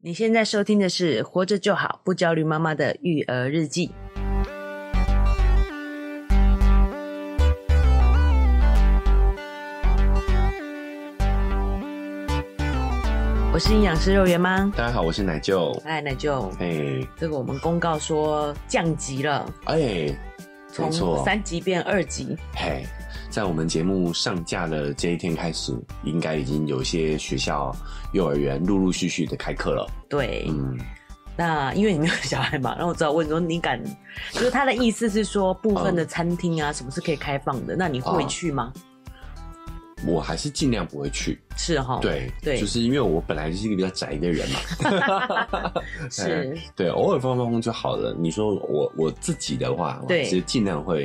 你现在收听的是《活着就好，不焦虑妈妈的育儿日记》。我是营养师肉圆妈。大家好，我是奶舅。哎，那就哎这个我们公告说降级了，哎，没从错，三级变二级。嘿，在我们节目上架的这一天开始，应该已经有一些学校、幼儿园陆陆续续的开课了。对，嗯，那因为你没有小孩嘛，然后我只好问说你敢？就是他的意思是说，部分嗯的餐厅啊，什么是可以开放的？那你哦会去吗？我还是尽量不会去。是哈，，对哦对就是因为我本来就是一个比较宅 的人嘛。是，对，偶尔放放风就好了。你说我我自己的话，我对还是尽量会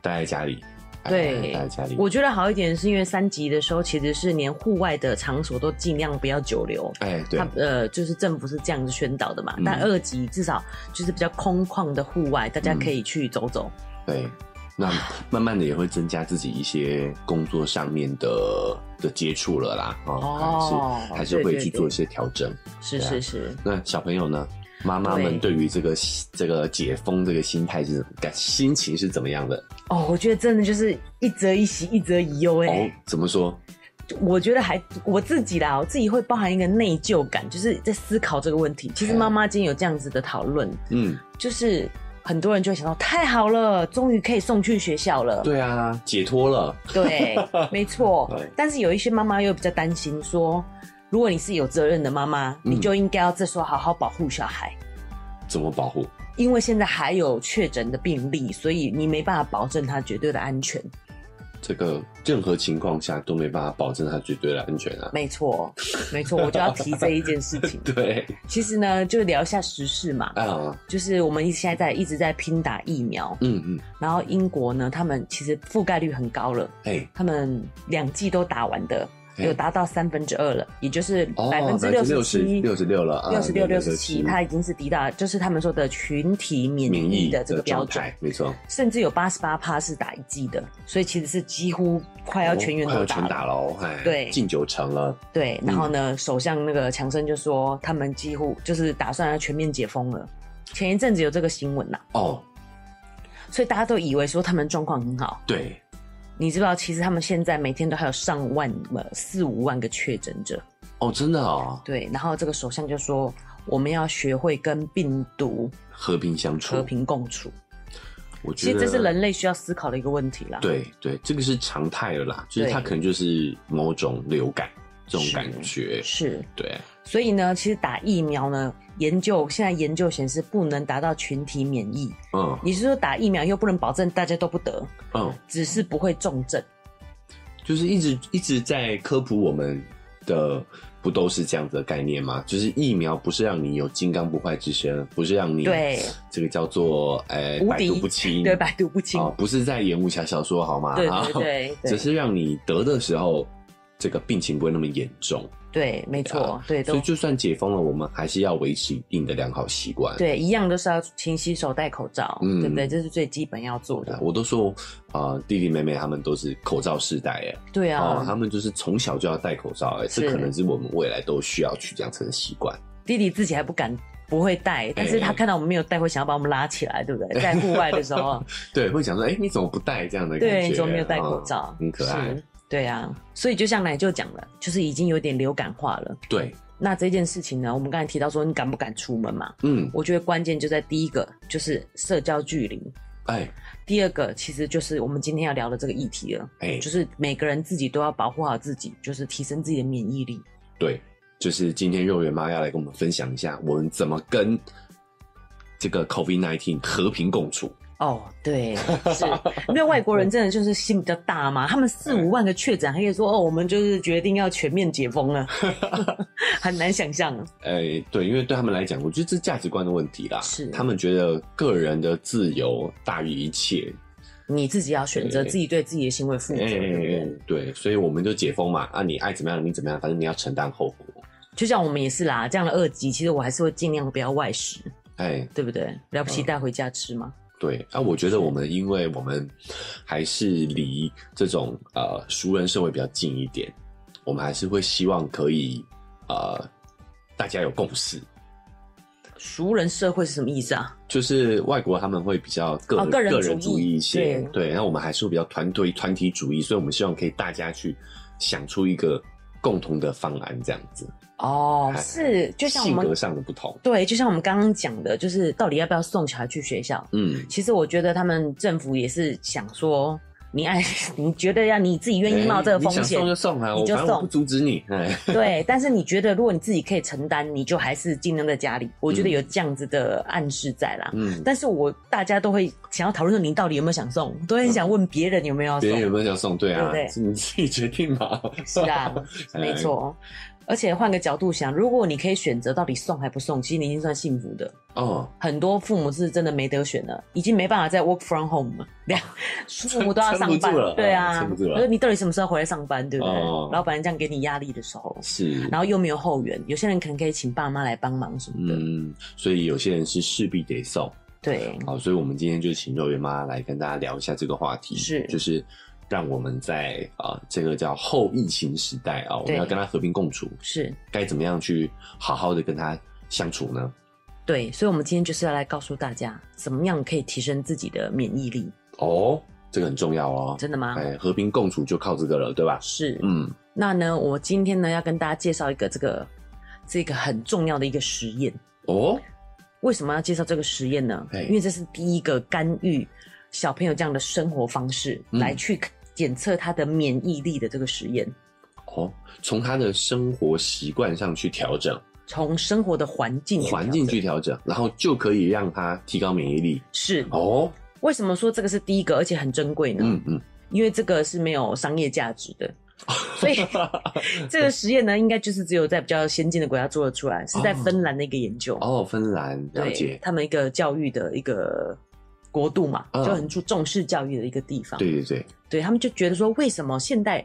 待在家里。哎对待在家里。我觉得好一点是因为三级的时候，其实是连户外的场所都尽量不要久留。哎，对他，呃，就是政府是这样子宣导的嘛。嗯但二级至少就是比较空旷的户外，大家可嗯以去走走。对，那慢慢的也会增加自己一些工作上面的的接触了啦，哦哦，还是还是对会对去对做一些调整。是对啊是是，那小朋友呢？妈妈们对于这个这个解封这个心态是感心情是怎么样的？哦，我觉得真的就是一则一喜，一则一忧哎、哦，怎么说？我觉得还我自己啦，我自己会包含一个内疚感，就是在思考这个问题。其实妈妈今天有这样子的讨论，嗯，就是很多人就会想到，太好了，终于可以送去学校了。对啊，解脱了， 对，没错对。但是有一些妈妈又比较担心说。如果你是有责任的妈妈，嗯你就应该要这时候好好保护小孩，怎么保护？因为现在还有确诊的病例，所以你没办法保证他绝对的安全。这个任何情况下都没办法保证他绝对的安全啊。。没错，没错，我就要提这一件事情 对其实呢，就聊一下时事嘛。啊，就是我们现在在一直在拼打疫苗，嗯嗯，然后英国呢，他们其实覆盖率很高了，哎，他们两剂都打完的，嘿有达到三分之二了，也就是哦，百分之六十七、六十六了，啊六十六、六十七， 67它已经是抵达，就是他们说的群体免免疫疫的这个标哦状准态，，没错，甚至有八十八趴是打一剂的，所以其实是几乎快要全员哦快都要打全了。打嗯了哦，哎，对近九成了，对，然后呢，首相那个强生就说，他们几乎就是打算要全面解封了。前一阵子有这个新闻呐、哦，所以大家都以为说他们状况很好，对，你知不知道？其实他们现在每天都还有上万呃四五万个确诊者，哦，真的哦，对。然后这个首相就说，我们要学会跟病毒和平相处，和，平共处。我其觉实得这是人类需要思考的一个问题啦。，对对，这个是常态了啦，就是对它可能就是某种流感这种是感觉，是。对，所以呢，其实打疫苗呢，研究现在研究显示不能达到群体免疫，嗯也就是说打疫苗又不能保证大家都不得，嗯，只是不会重症。就是一直一直在科普我们的。不都是这样子的概念吗？就是疫苗不是让你有金刚不坏之身，不是让你对这个叫做呃无百毒敌不侵，对，百毒不侵。哦，不是在演武侠小说好吗？对啊对对 对只是让你得的时候，这个病情不会那么严重。对，没错啊，对，所都以就算解封了，我们还是要维持一定的良好习惯。对，一样都是要勤洗手、戴口罩，嗯对不对？这是最基本要做的啊。我都说啊、呃弟弟妹妹他们都是口罩世代哎，对哦，啊，他们就是从小就要戴口罩哎，是这可能是我们未来都需要去养成的习惯。弟弟自己还不敢。不会戴，但哎是他看到我们没有戴，会想要把我们拉起来，对不对？在户外的时候，对，会想说，哎、你怎么不戴这样的感觉？对，你怎么没有戴口罩啊？很可爱是。对啊，所以就像奶就讲了，就是已经有点流感化了。对，那这件事情呢，我们刚才提到说，你敢不敢出门嘛？嗯，我觉得关键就在第一个，就是社交距离；哎、第二个，其实就是我们今天要聊的这个议题了，哎、就是每个人自己都要保护好自己，就是提升自己的免疫力。对，就是今天肉圆妈要来跟我们分享一下，我们怎么跟这个 COVID nineteen 和平共处。哦，对，是因为外国人真的就是心比较大 嘛，他们四五万个确诊，还可以说哦，我们就是决定要全面解 封了，很难想象。哎、对，因为对他们来讲，我觉得这是价值观的问题啦。是他们觉得个人的自由大于一切。你自己要选择对自己对自己的行为负责，哎、对不对对，所以我们就解封嘛，啊，你爱怎么样你怎么样，反正你要承担后果。就像我们也是啦，这样的二级，其实我还是会尽量不要外食，哎、对不对？了嗯不起带回家吃嘛。对，啊，我觉得我们因为我们还是离这种呃熟人社会比较近一点，我们还是会希望可以呃大家有共识，熟人社会是什么意思啊？就是外国他们会比较个人、哦个人主义主义一些，对对。那我们还是比较团队团体主义，所以我们希望可以大家去想出一个共同的方案，这样子。哦，哎是就像我性格们上的不同，对，就像我们刚刚讲的，就是到底要不要送小孩去学校？嗯，其实我觉得他们政府也是想说，你爱 你觉得要你自己愿意冒这个风哎你想险送，就送啊，你我就反正我送不阻止你。哎，对。但是你觉得如果你自己可以承担，你就还是尽量在家里。我觉得有这样子的暗示在啦。嗯，但是我大家都会想要讨论说你到底有没有想送，都很想问别人有没有要送别。人有没有想送？对啊，对不对是你自己决定嘛。是啊哎没。错，而且换个角度想，如果你可以选择到底送还不送，其实你已经算幸福的。 哦，很多父母是真的没得选了，已经没办法再 work from home 了，两父母都要上撑不班住了，对啊，撑不住了可是你到底什么时候回来上班，对不对？哦老板这样给你压力的时候，是。然后又没有后援，有些人可能可以请爸妈来帮忙什么的，嗯，所以有些人是势必得送。对，好，所以我们今天就请肉圆妈来跟大家聊一下这个话题，是就是让我们在啊、这个叫后疫情时代啊、我们对要跟他和平共处，是。该怎么样去好好的跟他相处呢？对，所以，我们今天就是要来告诉大家，怎么样可以提升自己的免疫力，哦，这个很重要哦，真的吗？哎，和平共处就靠这个了，对吧？是，嗯，那呢，我今天呢要跟大家介绍一个这个这个很重要的一个实验。哦，为什么要介绍这个实验呢？嘿因为这是第一个干预小朋友这样的生活方式、嗯来去检测他的免疫力的这个实验，哦，从他的生活习惯上去调整，从生活的环境去环境调整去调整，然后就可以让他提高免疫力。是哦，为什么说这个是第一个，而且很珍贵呢？嗯嗯，因为这个是没有商业价值 的。所以这个实验呢，应该就是只有在比较先进的国家做得出来，是在哦芬兰的一个研究。哦，芬兰了对，解，他们一个教育的一个国度嘛，嗯就很注重视教育的一个地方。对对对，对他们就觉得说，为什么现代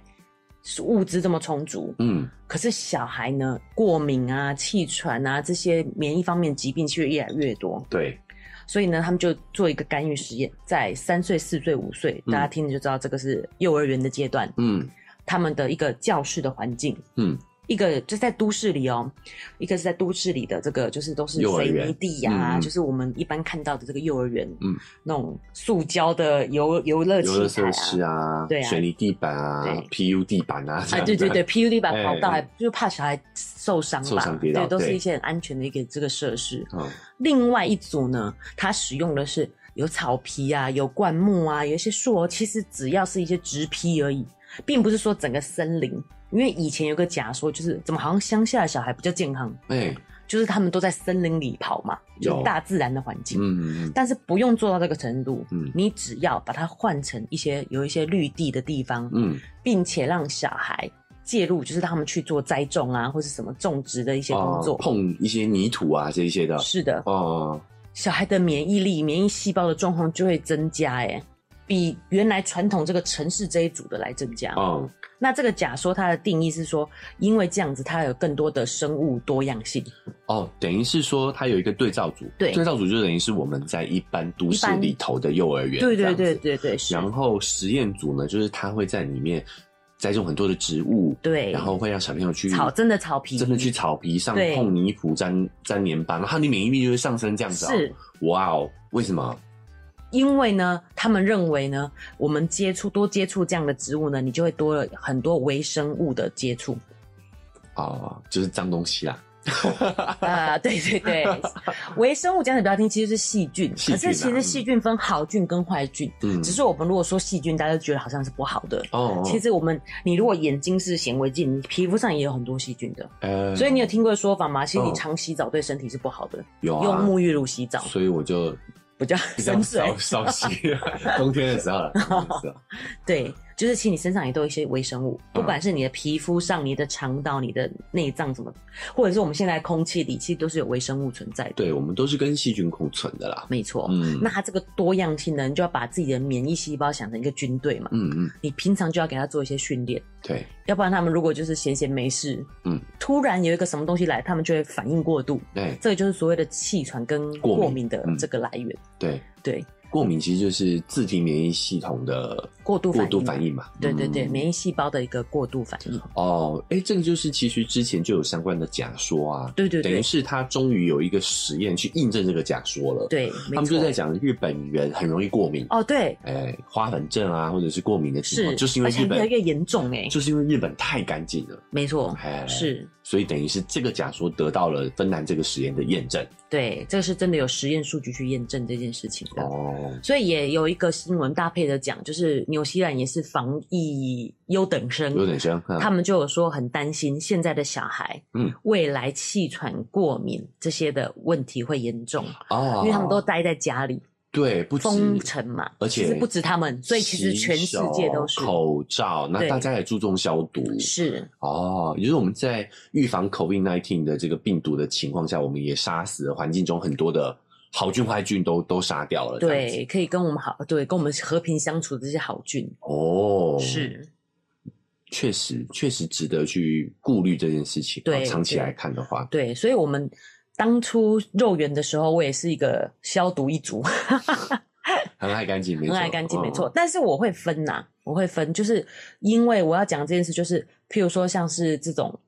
物资这么充足，嗯，可是小孩呢，过敏啊、气喘啊这些免疫方面疾病却越来越多。对，所以呢，他们就做一个干预实验，在三岁、四岁、五岁，嗯大家听着就知道这个是幼儿园的阶段，嗯他们的一个教室的环境。嗯，一个就是在都市里哦，一个是在都市里的这个就是都是幼儿水园泥地呀、嗯嗯就是我们一般看到的这个幼儿园，嗯，那种塑胶的游游乐游器乐材设施啊。啊，对啊水泥地板啊对，PU 地板啊，啊，这样对对子对，，PUD 版跑道还哎就是怕小孩受伤吧，受伤跌倒对，都是对一些很安全的一个这个设施。嗯，另外一组呢，它使用的是有草皮啊，有灌木啊，有一些树哦，其实只要是一些植批而已，并不是说整个森林。因为以前有个假说，就是怎么好像乡下的小孩比较健康，哎，就是他们都在森林里跑嘛，有就大自然的环境。嗯嗯但是不用做到这个程度，嗯你只要把它换成一些有一些绿地的地方，嗯，并且让小孩介入，就是他们去做栽种啊，或是什么种植的一些工哦作。碰一些泥土啊这一些的，是的，哦，小孩的免疫力、免疫细胞的状况就会增加，哎，比原来传统这个城市这一组的来增加。嗯，那这个假说它的定义是说，因为这样子它有更多的生物多样性，哦，等于是说它有一个对照组，对对照组就等于是我们在一般都市一般里头的幼儿园，对对这样子对对对，是，然后实验组呢，就是它会在里面栽种很多的植物，对，然后会让小朋友去草真的草皮，真的去草皮上对碰泥土、粘粘黏巴，然后它的免疫力就会上升，这样子、哦。是，哇哦，为什么？因为呢，他们认为呢，我们接触多接触这样的植物呢，你就会多了很多微生物的接 触。哦，就是脏东西啦。啊，对对 对，微生物讲的比较听，其实是细菌。细菌啊可是其实细菌分好菌跟坏菌，嗯，只是我们如果说细菌，大家就觉得好像是不好的。哦，其实我们，你如果眼睛是显微镜，你皮肤上也有很多细菌的，呃，所以你有听过说法吗？其实你嗯常洗澡对身体是不好的，有用啊，沐浴乳洗澡所以我就比较比较省水。少 少洗，冬天的时候了，冬天的时候对，就是其实你身上也都有一些微生物，嗯不管是你的皮肤上、你的肠道、你的内脏什么，或者是我们现在空气里，其实都是有微生物存在的。对我们都是跟细菌共存的啦。没错。嗯，哦那它这个多样性呢，你就要把自己的免疫细胞想成一个军队嘛，嗯嗯，你平常就要给它做一些训练，对，要不然他们如果就是闲闲没事，嗯，突然有一个什么东西来，他们就会反应过度，哎这个就是所谓的气喘跟过敏过敏的嗯这个来源。对，对，过敏其实就是自体免疫系统的过度过反度应反应嘛。对对对，嗯免疫细胞的一个过度反应。哦，哎，这个就是其实之前就有相关的假说啊，对对等于对是他终于有一个实验去印证这个假说了。，对，他没们就在错。讲日本人很容易过敏，哦，对，哎，花粉症啊，或者是过敏的情况，是，就是因为而且日越来本，越严重哎、就是因为日本太干净了，没错，哎，，是所以等于是这个假说得到了芬兰这个实验的验证。对，这个是真的有实验数据去验证这件事情的。嗯哦，所以也有一个新闻搭配着讲，就是纽西兰也是防疫优等生，有点像，嗯他们就有说很担心现在的小孩，嗯，未来气喘、过敏这些的问题会严重，哦，因为他们都待在家里对不止封城嘛，而其且实不止他们，所以其实全世界都洗是手口罩，那对大家也注重消毒。是哦，也就是我们在预防 COVID-19 的这个病毒的情况下，我们也杀死了环境中很多的好菌坏菌都都杀掉了。这样子对，可以跟我们好，对，跟我们和平相处的这些好菌、哦，是。确实确实值得去顾虑这件事情。对哦长期对来看的话，对，所以我们当初肉圆的时候，我也是一个消毒一族，很爱干净，没很错，爱干净，没嗯错。。但是我会分呐、我会分，就是因为我要讲这件事，就是譬如说像是这种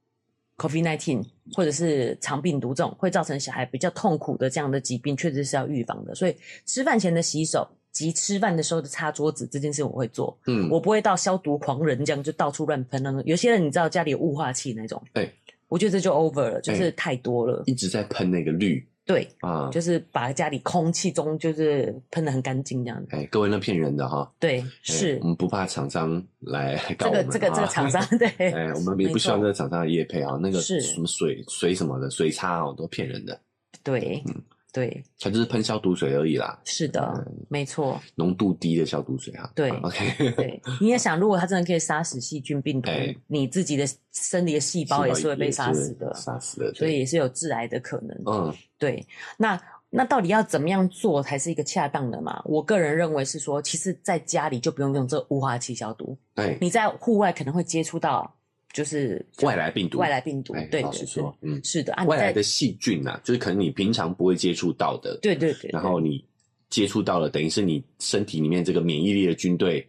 COVID nineteen 或者是肠病毒这种会造成小孩比较痛苦的这样的疾病，确实是要预防的。所以吃饭前的洗手及吃饭的时候的擦桌子这件事我会做，嗯，我不会到消毒狂人这样就到处乱喷那种。有些人你知道家里有雾化器那种，对，我觉得这就 over 了，就哎是太多了。一直在喷那个绿对，啊，就是把家里空气中就是喷的很干净这样子。哎、各位那骗人的哈，对，哎是我们不怕厂商来这告我个们这个这个啊厂商 对，哎，我们也不没希错望这个厂商的业配啊，那个是什么水水什么的水擦哦，都骗人的，对嗯对，它就是喷消毒水而已啦，是的，没错。浓度低的消毒水啊。对啊，OK， 对，你也想，如果它真的可以杀死细菌病毒哎，你自己的身体的细胞也是会被杀死的，啊杀死的。对所以，也是有致癌的可能。嗯，对，那那到底要怎么样做才是一个恰当的嘛？我个人认为是说，其实在家里就不用用这雾化器消毒，哎，你在户外可能会接触到就是外来病毒，外来病毒，哎对，老对实对说，嗯，是的，啊，你外来在的细菌啊，就是可能你平常不会接触到的，对对对，然后你接触到了，等于是你身体里面这个免疫力的军队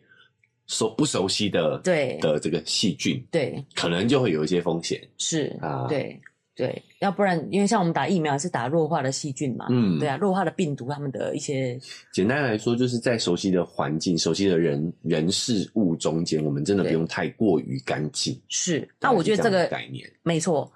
熟不熟悉的对的这个细菌，对可能就会有一些风险。是啊，对对，要不然因为像我们打疫苗是打弱化的细菌嘛，嗯，对啊，弱化的病毒他们的一些简单来说，就是在熟悉的环境、熟悉的人、人事物中间，我们真的不对用太过于干净。是，那我觉得这样的个概念没错，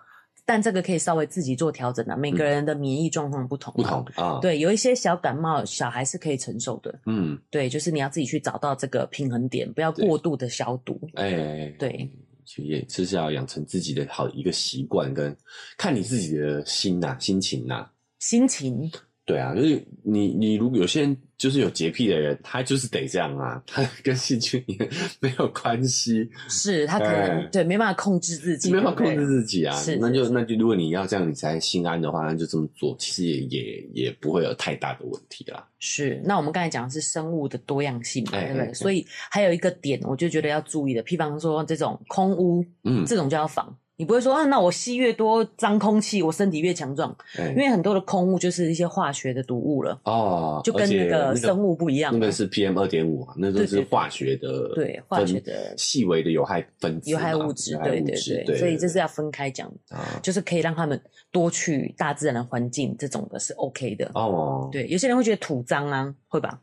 但这个可以稍微自己做调整的，每个人的免疫状况不同，不同。啊，，对，有一些小感冒，小孩是可以承受的。嗯，对，就是你要自己去找到这个平衡点，不要对过度的消毒。哎，对，其实也就是要养成自己的好一个习惯，跟看你自己的心呐、心情呐、心情对啊，就是你你如果有些人就是有洁癖的人，他就是得这样啊，他 跟细菌也没有关系，是他可能、哎对没办法控制自己，没法对不对控制自己啊。是那是就是那就如果你要这样你才心安的话，那就这么做，其实也也也不会有太大的问题啦。是，那我们刚才讲的是生物的多样性嘛，哎对不哎对？哎所以还有一个点，我就觉得要注意的，譬方说这种空污，嗯，这种就要防。你不会说，啊，那我吸越多脏空气，我身体越强壮，哎因为很多的空污就是一些化学的毒物了，哦，就跟那而个且生物不一样那嘛个是 PM 二点五啊，那都对是对对化学的对化学分的细微的有害分子嘛、有害物质，有害对物对质对，对，所以这是对要分开讲，啊就是可以让他们多去大自然的环境，这种的是 OK 的。哦，对，有些人会觉得土脏啊，会吧？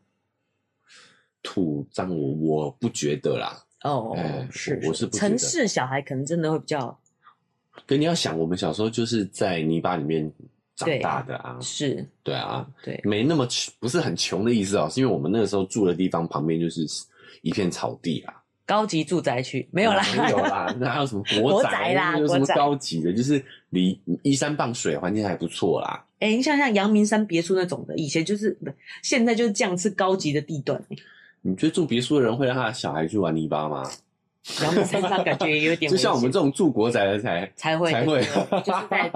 土脏我我不觉得啦，哦哎，是我我是不觉得城市小孩可能真的会比较跟你要想，我们小时候就是在泥巴里面长对大的啊，是，对啊，对，没那么穷，不是很穷的意思哦，是因为我们那个时候住的地方旁边就是一片草地啊，嗯高级住宅区没有啦，没有啦，那还有 什么国国宅宅啦那有什么国宅高级的，就是离依山傍水，环境还不错啦。哎、你像像阳明山别墅那种的，以前就是不现在就是这样是高级的地段、你觉得住别墅的人会让他的小孩去玩泥巴吗？阳明山上感觉也有点 就危像我们险这种住国宅的才才会才会对就是 在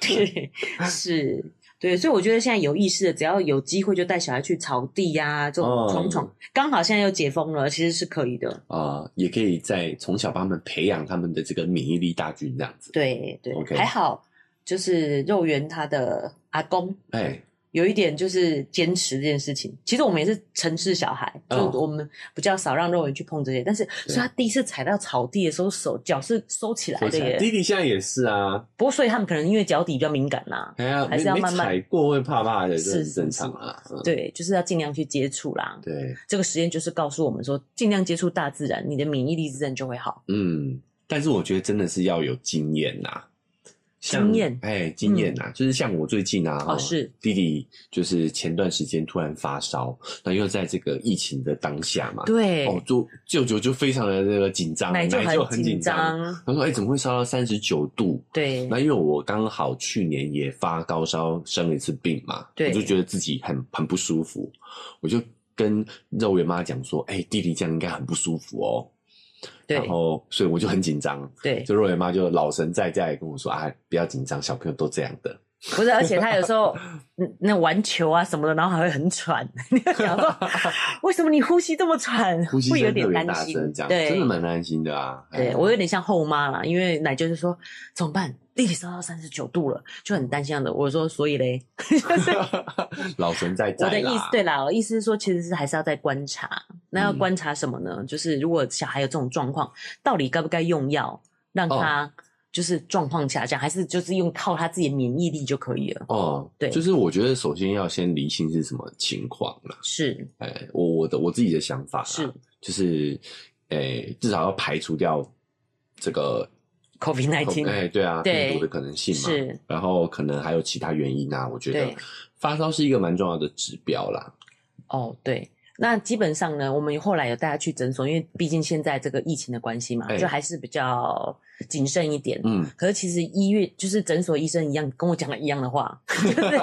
对是。对，所以我觉得现在有意识的，只要有机会就带小孩去草地呀、这嗯种闯闯。刚好现在又解封了，其实是可以的。啊、也可以在从小帮他们培养他们的这个免疫力大军这样子。对对 OK 还好，就是肉圆他的阿公哎，有一点就是坚持这件事情。其实我们也是城市小孩，嗯就我们比较少让肉眼去碰这些。但是，所以他第一次踩到草地的时候，手脚是收起来说的起来耶。弟弟现在也是啊，不过，所以他们可能因为脚底比较敏感啦，还要还哎没是要没慢慢踩过会怕怕的，这是很是正常啊。嗯对，就是要尽量去接触啦。对，这个实验就是告诉我们说，尽量接触大自然，你的免疫力自然就会好。嗯，但是我觉得真的是要有经验呐、像经验嗯哎，经验呐、就是像我最近啊，哦是弟弟，就是前段时间突然发烧，那又在这个疫情的当下嘛，对，哦，就舅舅就非常的这个紧张，奶奶就就很很紧紧张。张。他说：“哎、怎么会烧到三十九度？对，那因为我刚好去年也发高烧，生了一次病嘛，对我就觉得自己很很不舒服，我就跟肉圆妈讲说，哎、弟弟这样应该很不舒服哦。对然后所以我就很紧张，对，就肉圆妈就老神在在地跟我说，啊，不要紧张，小朋友都这样的。不是，而且他有时候 嗯那玩球啊什么的，然后还会很喘。 你要想说，为什么你呼吸这么喘？呼吸会有声特点别担大心声，这，样对，真的蛮担心的啊。对哎我有点像后妈啦，因为奶就是说怎么办，弟弟烧到三十九度了，就很担心这样的。我说所以嘞， 老神在在我的意思啦，对啦，我意思是说其实是还是要再观察。那嗯要观察什么呢？就是如果小孩有这种状况，到底该不该用药让哦他就是状况下降，还是就是用靠他自己的免疫力就可以了？哦，对就是我觉得首先要先理清是什么情况啦。是哎、我我的我自己的想法啦是就是，诶、至少要排除掉这个 COVID 哎、 nineteen，对啊，对病毒的可能性嘛。是然后可能还有其他原因啊，我觉得对发烧是一个蛮重要的指标啦。哦，对。那基本上呢，我们后来有带他去诊所，因为毕竟现在这个疫情的关系嘛，哎就还是比较谨慎一点。嗯，可是其实医院就是诊所医生一样跟我讲了一样的话， 就是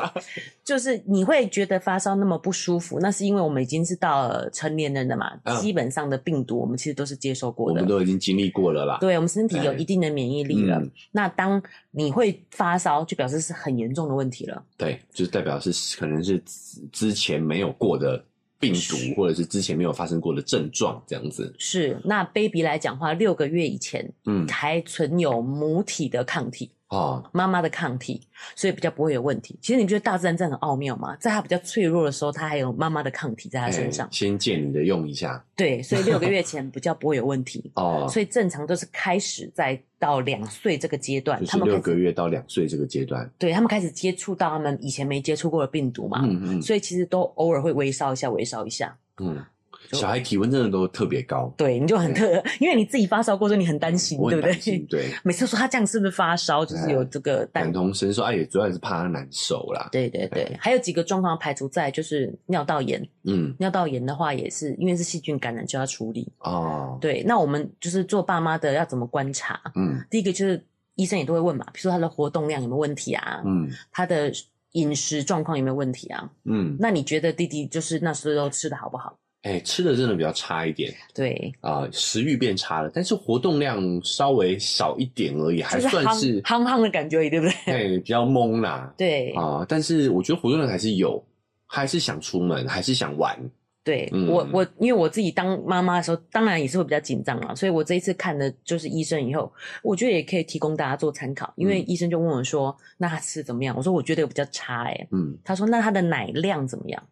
就是你会觉得发烧那么不舒服，那是因为我们已经是到了成年人了嘛，嗯基本上的病毒我们其实都是接受过我的，们都已经经历过了啦。对我们身体有哎一定的免疫力了。嗯那当你会发烧，就表示是很严重的问题了。对，就是代表是可能是之之前没有过的病是毒，或者是之前没有发生过的症状这样子。是，那 baby 来讲话，六个月以前嗯，还存有母体的抗体，哦，妈妈的抗体，所以比较不会有问题。其实你不觉得大自然真的很奥妙吗？在它比较脆弱的时候，它还有妈妈的抗体在它身上哎，先借你的用一下对，所以六个月前比较不会有问题。 哦。所以正常都是开始在到两岁这个阶段，就他是们六开个始月到两岁这个阶段，对他们开始接触到他们以前没接触过的病毒嘛，嗯嗯所以其实都偶尔会微烧一下，微烧一下。嗯，就小孩体温真的都特别高，对，你就很特，因为你自己发烧过，所以你很担心，我对很不对担？心。对， 每次说他这样是不是发烧，就是有这个担感同身受，哎，也主要也是怕他难受啦。对对对，还有几个状况排除在就是尿道炎，嗯，尿道炎的话也是因为是细菌感染就要处理。哦，对，那我们就是做爸妈的要怎么观察？嗯第一个就是医生也都会问嘛，比如说他的活动量有没有问题啊，嗯他的饮食状况有没有问题啊？嗯，那你觉得弟弟就是那时候吃的好不好？哎，吃的真的比较差一点对，啊，食欲变差了，但是活动量稍微少一点而已，还就是算是夯 夯夯的感觉而已，对不对？哎比较懵啦对啊，但是我觉得活动量还是有，还是想出门，还是想玩。对、嗯我我，因为我自己当妈妈的时候，当然也是会比较紧张啊啦，所以我这一次看了就是医生以后，我觉得也可以提供大家做参考，因为嗯医生就问我说，那他吃怎么样？我说我觉得有比较差哎、欸，嗯，他说那他的奶量怎么样？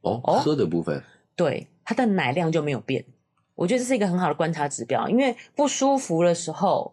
哦，哦喝的部分，对，他的奶量就没有变，我觉得这是一个很好的观察指标，因为不舒服的时候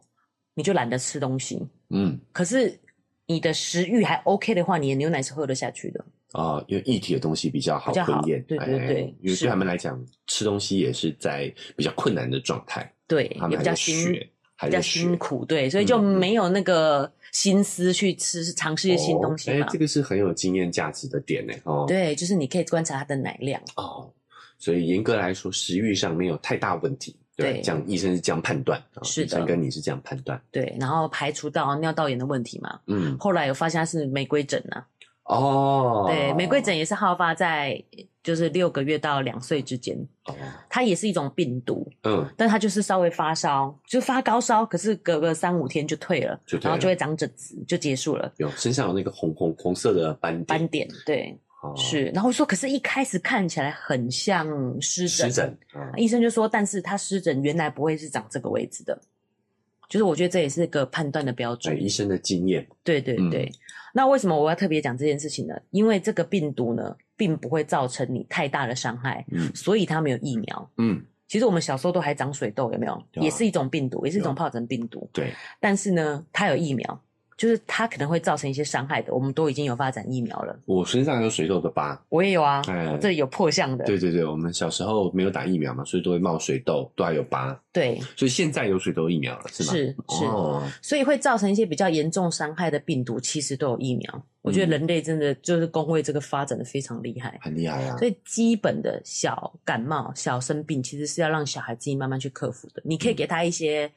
你就懒得吃东西，嗯可是你的食欲还 OK 的话，你的牛奶是喝得下去的。啊、因为液体的东西比较好比较好吞咽，对对哎对因为是对他们来讲，吃东西也是在比较困难的状态，对，他也们比还较在辛学，还比在较学辛苦，对，所以就嗯嗯没有那个心思去吃尝试一些新东西哦嘛。哎，这个是很有经验价值的点呢，哦，对，就是你可以观察它的奶量，哦，所以严格来说，食欲上没有太大问题，对吧，对这样医生是这样判断，啊是的医生跟你是这样判断，对，然后排除到尿道炎的问题嘛。嗯，后来有发现它是玫瑰疹啊，哦，对，玫瑰疹也是好发在就是六个月到两岁之间，哦，它也是一种病毒，嗯，但它就是稍微发烧，就发高烧，可是隔个三五天就退了，就退了然后就会长疹子，就结束了。有身上有那个红红红色的斑点，斑点对哦是，然后说，可是一开始看起来很像湿疹，湿疹，啊医生就说，但是他湿疹原来不会是长这个位置的，就是我觉得这也是个判断的标哎，准。医生的经验，对对对，那为什么我要特别讲这件事情呢？因为这个病毒呢，并不会造成你太大的伤害，嗯所以它没有疫苗。嗯，其实我们小时候都还长水痘，有没有？有啊也是一种病毒，也是一有种疱疹病毒。对，啊但是呢，它有疫苗，就是它可能会造成一些伤害的。我们都已经有发展疫苗了，我身上有水痘的疤，我也有啊，哎我这里有破相的。对对对，我们小时候没有打疫苗嘛，所以都会冒水痘，都还有疤，对所以现在有水痘疫苗了，是吗？是是哦，所以会造成一些比较严重伤害的病毒，其实都有疫苗。我觉得人类真的就是工位这个发展的非常厉害。很厉害嗯啊。所以基本的小感冒、小生病，其实是要让小孩自己慢慢去克服的。你可嗯以给他一些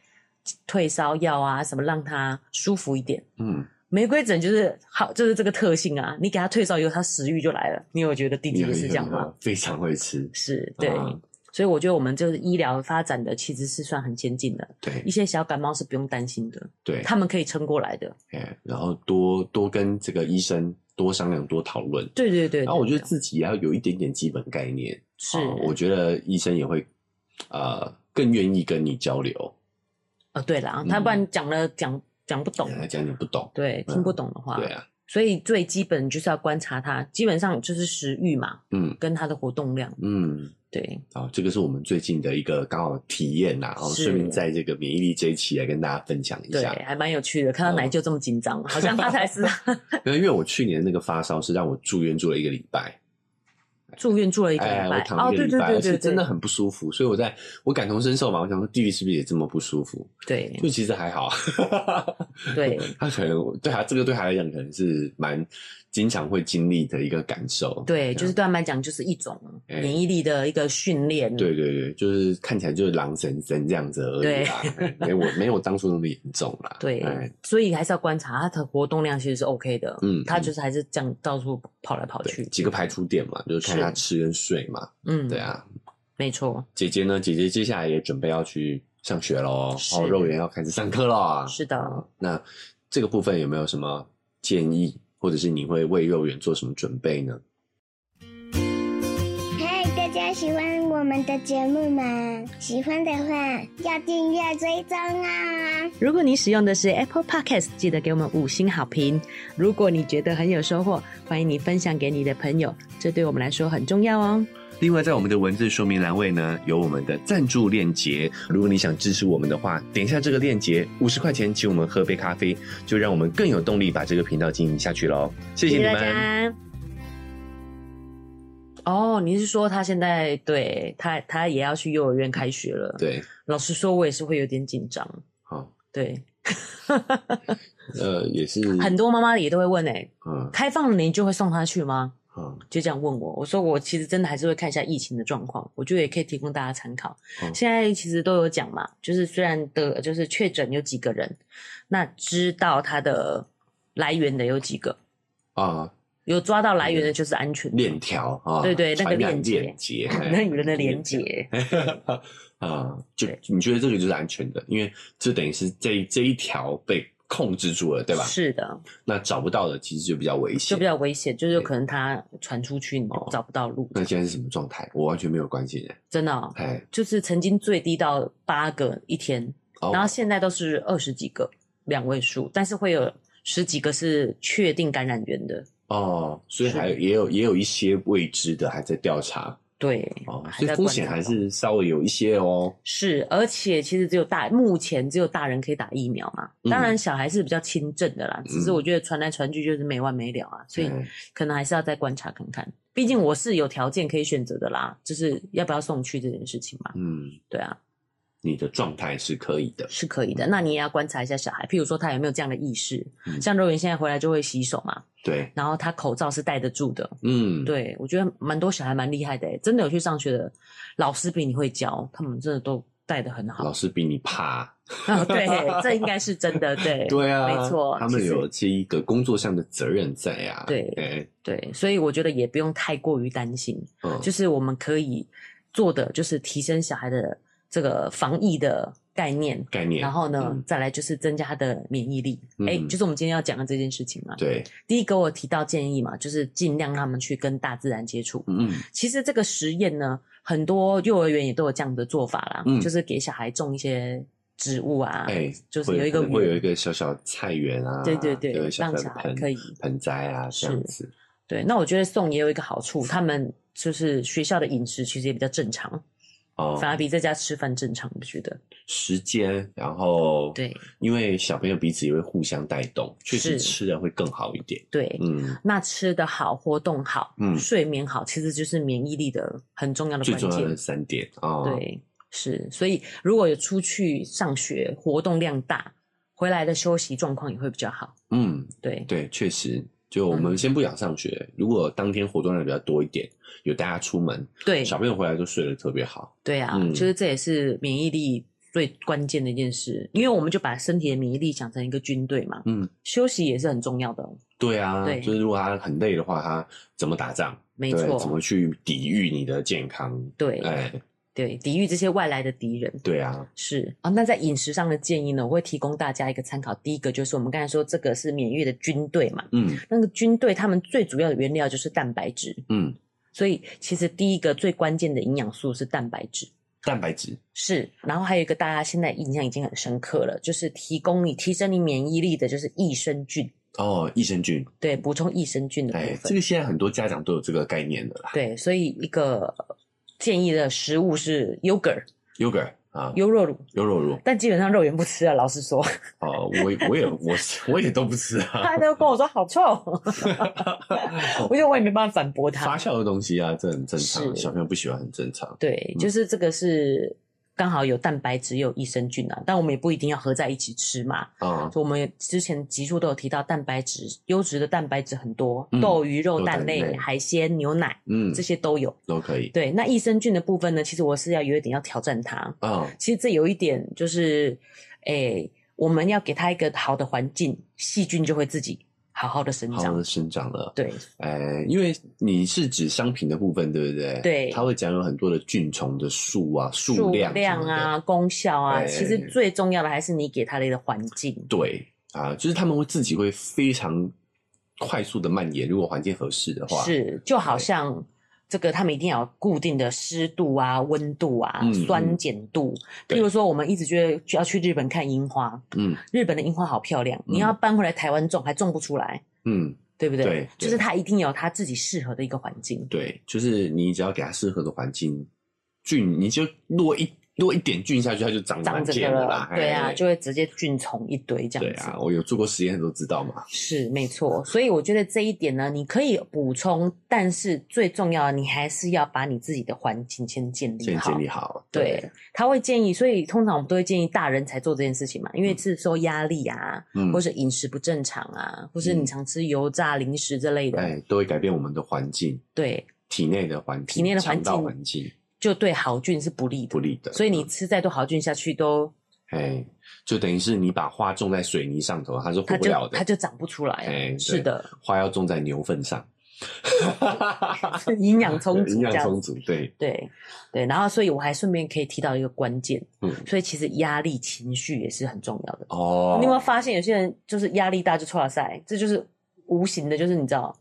退烧药啊，什么让他舒服一点。嗯，玫瑰疹就是好，就是这个特性啊。你给他退烧以后，他食欲就来了。你有觉得弟弟你也很是这样吗？？非常会吃，是对，啊所以我觉得我们就是医疗发展的其实是算很先进的，对一些小感冒是不用担心的，对，他们可以撑过来的。哎，然后多多跟这个医生多商量，多讨论。对对对对然后我觉得对自己也要有一点点基本概念，是，哦我觉得医生也会呃更愿意跟你交流，哦对啦，嗯他不然讲了讲讲不懂，来讲你不懂，对，嗯听不懂的话，对啊，所以最基本就是要观察他，基本上就是食欲嘛，嗯跟他的活动量，嗯，对，好，这个是我们最近的一个刚好体验啦，然后是顺便在这个免疫力这一期来跟大家分享一对下，。还蛮有趣的。看到奶舅这么紧 张，好像他才是 因为因为我去年那个发烧是让我住院住了一个礼拜，住院住了一个礼哎，我拜，躺哦，一对个礼对拜，对而对，且真的对很不舒服，所以我在我感同身受嘛，我想说弟弟是不是也这么不舒服？对就其实还好， 对，他可能对他啊这个对他来讲可能是蛮经常会经历的一个感受，对，就是这对他样们来讲，就是一种哎免疫力的一个训练。对对对，就是看起来就是狼神神这样子而已啦，哎没我没有当初那么严重啦， 对哎所以还是要观察他的活动量，其实是 OK 的。嗯他就是还是这样到处跑来跑对去，几个排除点嘛，就是看是他吃跟睡嘛，嗯，对，啊，没错，姐姐呢，姐姐接下来也准备要去上学喽，是哦，肉圆要开始上课了，是的啊那这个部分有没有什么建议，或者是你会为肉圆做什么准备呢？嗨，大家喜欢我们的节目吗？喜欢的话要订阅追踪啊、如果你使用的是 Apple Podcast，记得给我们五星好评。如果你觉得很有收获，欢迎你分享给你的朋友，这对我们来说很重要哦。另外，在我们的文字说明栏位呢，有我们的赞助链接。如果你想支持我们的话，点一下这个链接，五十块钱请我们喝杯咖啡，就让我们更有动力把这个频道经营下去喽。谢谢你大们。家。哦，你是说他现在对他他也要去幼儿园开学了？，对，老实说，我也是会有点紧张。好，对，呃，也是，很多妈妈也都会问诶、嗯开放了你就会送他去吗？嗯，就这样问我，我说我其实真的还是会看一下疫情的状况，我觉得也可以提供大家参考。嗯现在其实都有讲嘛，就是虽然的就是确诊有几个人，那知道它的来源的有几个，啊，有抓到来源的就是安全的嗯链，条啊，对对那个传染链接 链接，哎人与人的连接， 啊，就对你觉得这个就是安全的，因为这等于是这这一条被控制住了，对吧？是的，那找不到的其实就比较危险，就比较危险，就是有对可能它传出去你哦就找不到路，那现在是什么状态？我完全没有关系的。真的哦、哎，就是曾经最低到八个一天，哦然后现在都是二十几个两位数，但是会有十几个是确定感染源的。哦，所以是还有也有也有一些未知的还在调查对，哦，还所以在风观险察还中是稍微有一些哦。是，而且其实只有大目前只有大人可以打疫苗嘛，嗯当然小孩是比较轻症的啦，只是嗯我觉得传来传去就是没完没了啊，所以嗯可能还是要再观察看看。毕竟我是有条件可以选择的啦，就是要不要送去这件事情嘛，嗯，对啊，你的状态是可以的。是可以的。那你也要观察一下小孩，譬如说他有没有这样的意识，嗯像肉圆现在回来就会洗手嘛，对，然后他口罩是戴得住的，嗯，对我觉得蛮多小孩蛮厉害的欸，真的有去上学的老师比你会教，他们真的都带的很老好。师比你怕。 啊对，这应该是真的，对，对啊，没错，他们其实有这一个工作上的责任在啊。对哎，对，所以我觉得也不用太过于担心，嗯，就是我们可以做的就是提升小孩的这个防疫的概念。概念。然后呢，嗯再来就是增加他的免疫力。哎、嗯就是我们今天要讲的这件事情嘛。对，第一个我有提到建议嘛，就是尽量让他们去跟大自然接触。嗯其实这个实验呢，很多幼儿园也都有这样的做法啦，嗯就是给小孩种一些植物啊，哎，就是会有一个可能会有园一个小小菜园啊，对对对有一个小让小小的孩盆可以盆栽啊，这样是子。对，那我觉得送也有一个好处，他们就是学校的饮食其实也比较正常，哦，反而比在家吃饭正常，我觉得。时间，然后对，因为小朋友彼此也会互相带动，确是实吃的会更好一点。对，嗯，那吃的好，活动好，嗯睡眠好，其实就是免疫力的很重要的最关重要的键。三点哦，，对，是，所以如果有出去上学，活动量大，回来的休息状况也会比较好。嗯，对，对，确实，就我们嗯先不讲上学，如果当天活动量比较多一点，有带他出门，对，小朋友回来就睡得特别好。对啊，嗯其实这也是免疫力最关键的一件事，因为我们就把身体的免疫力想成一个军队嘛，嗯，休息也是很重要的哦，对啊，对就是如果他很累的话，他怎么打仗？没对，怎么错，去抵御你的健康？对哎，对，抵御这些外来的敌人。对啊，是啊，那在饮食上的建议呢，我会提供大家一个参考。第一个就是我们刚才说这个是免疫的军队嘛，嗯那个军队他们最主要的原料就是蛋白质，嗯，所以其实第一个最关键的营养素是蛋白质。蛋白质，是，然后还有一个大家现在印象已经很深刻了，就是提供你提升你免疫力的就是益生菌，哦，益生菌，对，补充益生菌的部哎，分。这个现在很多家长都有这个概念的啦。对，所以一个建议的食物是 yogurt yogurt 啊，优酪乳，优酪乳，但基本上肉圆不吃啊，老实说，哦，我我也我我也都不吃啊，他都跟我说好 臭，我觉得我也没办法反驳发他。酵的东西啊，这很正常，是小朋友不喜欢很正常。对，就是这个是刚好有蛋白质，也有益生菌啊，但我们也不一定要合在一起吃嘛。啊，就我们之前集数都有提到，蛋白质优质的蛋白质很多，嗯豆、鱼、肉、豆蛋蛋类、类海鲜、牛奶嗯这，些都有。都可以。对，那益生菌的部分呢，其实我是要有一点要挑战它。啊，其实这有一点就是，诶、我们要给它一个好的环境，细菌就会自己好好的生好长像。生长了。对，哎，因为你是指商品的部分，对不对？对它会讲有很多的菌虫的数啊、数数量、量啊，。功效啊，哎其实最重要的还是你给它的一个环境。对啊，就是他们会自己会非常快速的蔓延，如果环境合适的话。是，就好对像这个他们一定要有固定的湿度啊、温度啊、嗯嗯酸碱度。对譬如说，我们一直觉得要去日本看樱花，嗯日本的樱花好漂亮，你要搬回来台湾种还种不出来，嗯，对不对？对就是对它一定有它自己适合的一个环境。对，就是你只要给它适合的环境，菌你就落一落一点菌下去，它就长长满着茧个啦。对啊，哎就会直接菌虫一堆这对样子。啊，我有做过实验都知道嘛。是没错，所以我觉得这一点呢，你可以补充，但是最重要的，你还是要把你自己的环境先建立先好。建立好，对，他会建议，所以通常我们都会建议大人才做这件事情嘛，因为是受压力啊，嗯或，是饮食不正常啊，或是嗯你常吃油炸零食这类的，哎，都会改变我们的环境，对，体内的环境，体内的环肠道境环境就对好菌是不利的。不利的，嗯所以你吃再多好菌下去都，哎，就等于是你把花种在水泥上头，它是活它不就了的它。就长不出来啊。哎对是 的，花要种在牛粪上，营养 充足营这养样充子。足，对，对对，然后所以我还顺便可以提到一个关键，嗯，所以其实压力、情绪也是很重要的。哦，你有没有发现有些人就是压力大就出赛，这就是无形的，就是你知道，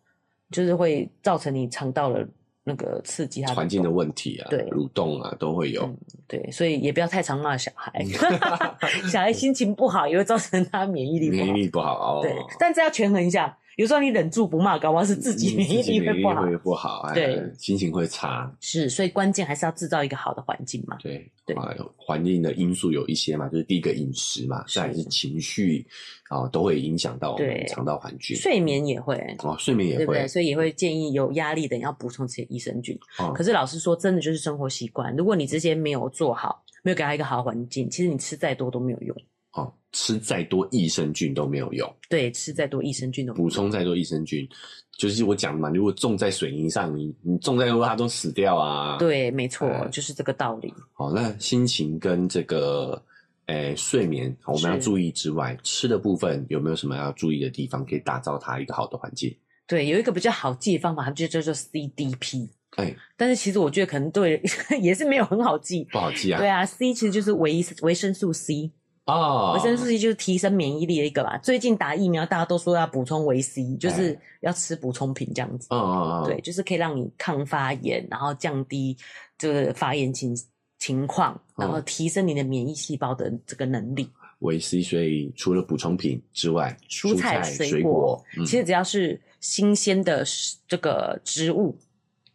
就是会造成你肠道的那个刺激它环境的动问题啊，对蠕动啊，都会有嗯。对，所以也不要太常骂小孩， 小孩心情不好也会造成他免疫力不嗯免疫好。力不好哦，对，但这要权衡一下，有时候你忍住不骂，搞不好是自己嗯免疫自力己免会疫力不好。会不好，哎对，心情会差，是，所以关键还是要制造一个好的环境嘛。对对啊，环境的因素有一些嘛，就是第一个饮食嘛，是再来是情绪啊，都会影响到我们对肠道环境。睡眠也会，哦，睡眠对也不会对？所以也会建议有压力的人要补充这些益生菌。哦可是老实说，真的就是生活习惯，如果你这些没有做好，没有给他一个好环境，其实你吃再多都没有用。哦，吃再多益生菌都没有用，对，吃再多益生菌都没有补充再多益生菌，就是我讲嘛，如果种在水泥上，你你种再多它都死掉啊。用。，对，没错，哎就是这个道理。好，那心情跟这个。诶、睡眠好我们要是注意之外，吃的部分有没有什么要注意的地方，可以打造它一个好的环境？对，有一个比较好记的方法，它就叫做 CDP。哎、但是其实我觉得可能对 也是没有很好记。不好记啊。 对啊，C 其实就是维维生素 C，哦，维生素 C 就是提升免疫力的一个吧。最近打疫苗，大家都说要补充维 C，就是哎要吃补充品这样啊子。嗯，嗯嗯嗯，对，就是可以让你抗发炎，然后降低这个发炎情情况，然后嗯提升你的免疫细胞的这个能力。维 C，所以除了补充品之外，蔬菜水水果嗯其实只要是新鲜的这个植物、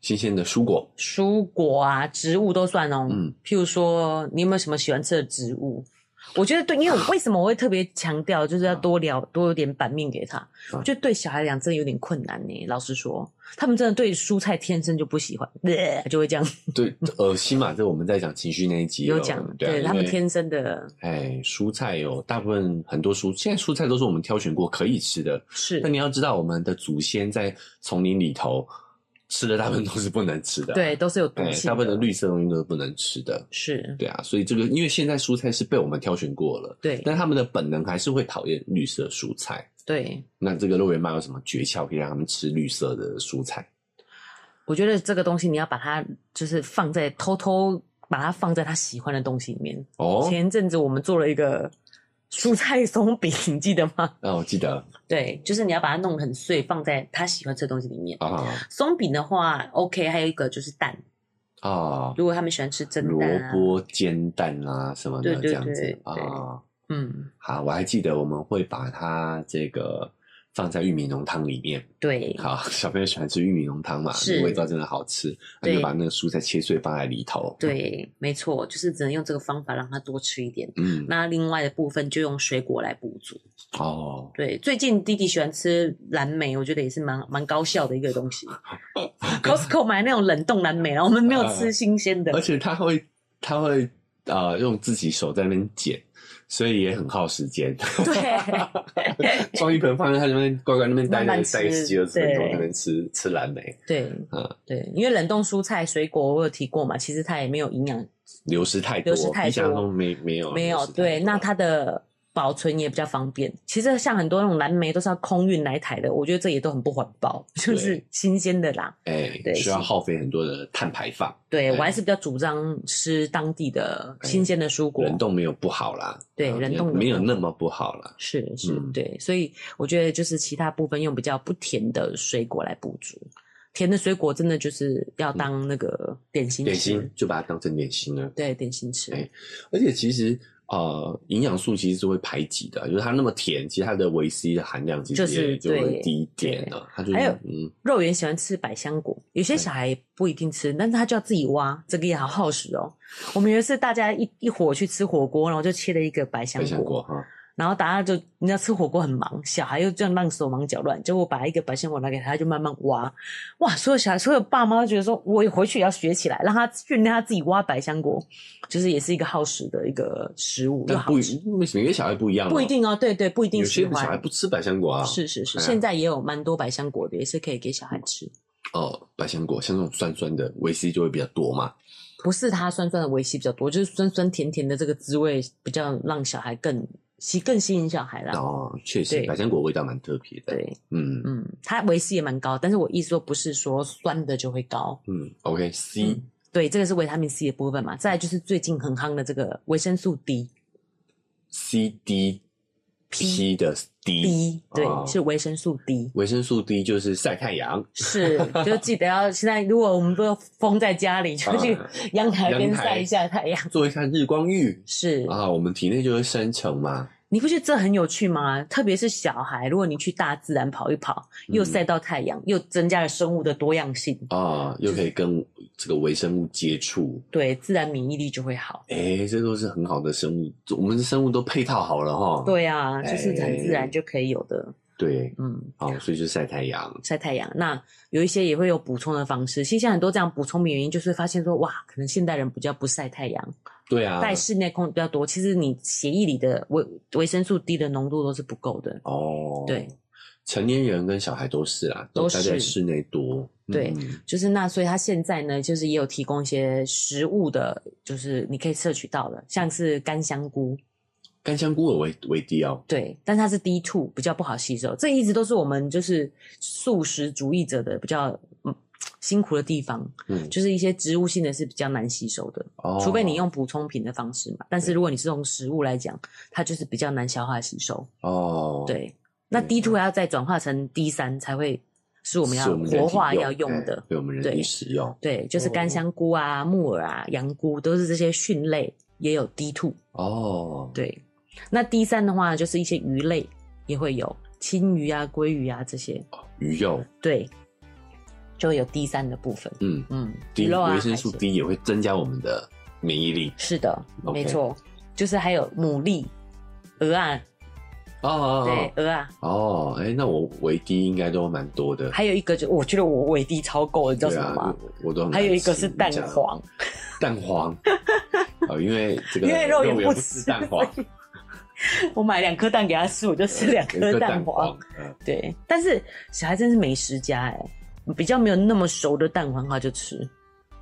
新鲜的蔬果，蔬果啊、植物都算哦。嗯譬如说，你有没有什么喜欢吃的植物？我觉得对，因为我为什么我会特别强调，就是要多聊多有点版面给他。我觉得对小孩来讲真的有点困难呢、老实说，他们真的对蔬菜天生就不喜欢， 就会这样对，恶心嘛，这我们在讲情绪那一集有讲，对啊因为他们天生的哎，蔬菜有大部分很多蔬，现在蔬菜都是我们挑选过可以吃的。是那你要知道，我们的祖先在丛林里头吃的大部分都是不能吃的，对，，都是有毒哎，性的，大部分的绿色东西都是不能吃的。是，对啊，所以这个因为现在蔬菜是被我们挑选过了，对但他们的本能还是会讨厌绿色蔬菜。对，那这个肉圆妈有什么诀窍可以让他们吃绿色的蔬菜？我觉得这个东西你要把它就是放在偷偷把它放在他喜欢的东西里面。哦，前一阵子我们做了一个蔬菜松饼， 你记得吗？那哦我记得对，就是你要把它弄很碎，放在他喜欢吃的东西里面。啊松饼的话，OK，还有一个就是蛋，啊，如果他们喜欢吃蒸萝蛋、啊，卜煎蛋啊什么的对对这样对子对啊。嗯，好，我还记得我们会把它这个放在玉米浓汤里面。对，好，小朋友喜欢吃玉米浓汤嘛，是那味道真的好吃。那对就把那个蔬菜切碎放在里头。，对，没错，就是只能用这个方法让他多吃一点。嗯，那另外的部分就用水果来补足。哦，对，最近弟弟喜欢吃蓝莓，我觉得也是蛮蛮高效的一个东 西。Costco 买那种冷冻蓝莓，然后我们没有吃新鲜的嗯而，且它会，它会呃用自己手在那边剪，所以也很耗时间。 对装一盆放在它那边，乖乖那边待慢着，慢吃待十几二十分钟，对在那边吃吃蓝莓，对嗯对，因为冷冻蔬菜水果我有提过嘛，其实它也没有营养，流失太多，流失太多比想象中没没有嗯没流有失太对，多那它的保存也比较方便。其实像很多那种蓝莓都是要空运来台的，我觉得这也都很不环保，就是对新鲜的啦。哎对需要耗费很多的碳排放，对对我还是比较主张吃当地的哎新鲜的蔬果，冷冻没有不好啦，对啊冷冻有没有不好那么不好啦。是是，嗯对，所以我觉得就是其他部分用比较不甜的水果来补足，甜的水果真的就是要当那个点心吃，嗯点心就把它当成点心了，对点心吃，哎而且其实呃，营养素其实是会排挤的，啊就是它那么甜，其实它的维 C 的含量其就实是也就会对低一点了。它就是还有嗯，肉圆喜欢吃百香果，有些小孩不一定吃，但是他就要自己挖，这个也好耗时哦。我们有一次大家一一伙去吃火锅，然后就切了一个百香百果，香果哈，然后大家就你知道吃火锅很忙，小孩又这样让手忙脚乱，结果把一个百香果拿给他，他就慢慢挖，哇！所有小孩，所有爸妈都觉得说，我也回去也要学起来，让他训练他自己挖百香果，就是也是一个耗时的一个食物，又但好不吃，一每个小孩不一样哦，不一定哦，对对，不一定有喜些小孩欢不。吃百香果啊，是是是，哎呀现在也有蛮多百香果的，也是可以给小孩吃，哦，百香果像这种酸酸的，维 C 就会比较多嘛。不是它酸酸的维 C 比较多，就是酸酸甜甜的这个滋味比较让小孩更吸更吸引小孩啦。哦，确实，啊对百香果味道蛮特别的。对，嗯嗯，它维 C 也蛮高，但是我意思说不是说酸的就会高，嗯，OK，C 嗯对，这个是维他命 C 的部分嘛。再来就是最近很夯的这个维生素 D， C D P 的 D， D 对，哦是维生素 D，维生素 D 就是晒 太阳，是就记得要现在如果我们都封在家里，就去啊阳台边阳台啊晒一下太阳。做一下日光浴是，啊，我们体内就会生成嘛。你不觉得这很有趣吗？特别是小孩，如果你去大自然跑一跑，又嗯晒到太阳，又增加了生物的多样性，啊，又可以跟这个微生物接触，对，自然免疫力就会好。哎，这都是很好的生物，我们的生物都配套好了哈。对啊，就是很自哎然就可以有的，对，嗯。好，所以就晒太阳，晒太阳。那有一些也会有补充的方式，其实像很多这样补充的原因，就是发现说，哇，可能现代人比较不晒太阳，对啊，在室内空比较多。其实你血液里的维维生素 D 的浓度都是不够的。哦，对，成年人跟小孩都是啊，都待是在室内多，对嗯就是那，所以它现在呢，就是也有提供一些食物的，就是你可以摄取到的，像是干香菇，干香菇为为低哦，对，但它是 D two 比较不好吸收，这一直都是我们就是素食主义者的比较嗯辛苦的地方，嗯，就是一些植物性的是比较难吸收的。哦除非你用补充品的方式嘛。但是如果你是用食物来讲，它就是比较难消化吸收。哦，对，那嗯 D two 要再转化成 D 三才会是我们要是我们人活体化用哎要用的。对我哦们人体对使用对，就是干香菇啊、木耳啊、羊菇，都是这些蕈类，也有 D two。哦。对，那 D 三的话就是一些鱼类也会有青鱼啊、鲑鱼啊这些，鱼肉，对，就会有 D 三的部分。嗯嗯， ，D 鱼肉啊，维生素海鲜 D 也会增加我们的免疫力。是的 OK 没错，就是还有牡蛎、鹅啊，哦哦对哦，鹅啊，哦，哎，那我维 D 应该都蛮多的。还有一个就我觉得我维 D 超够的，你知道对什么啊吗？，我我都很还有一个难吃是蛋，黄，你讲蛋 黄，哦，因为这个因为肉圆圆不不吃吃蛋黄， 我买两颗蛋给他吃，我就吃两颗蛋黄。，嗯对，但是小孩真是美食家哎、比较没有那么熟的蛋黄他就吃，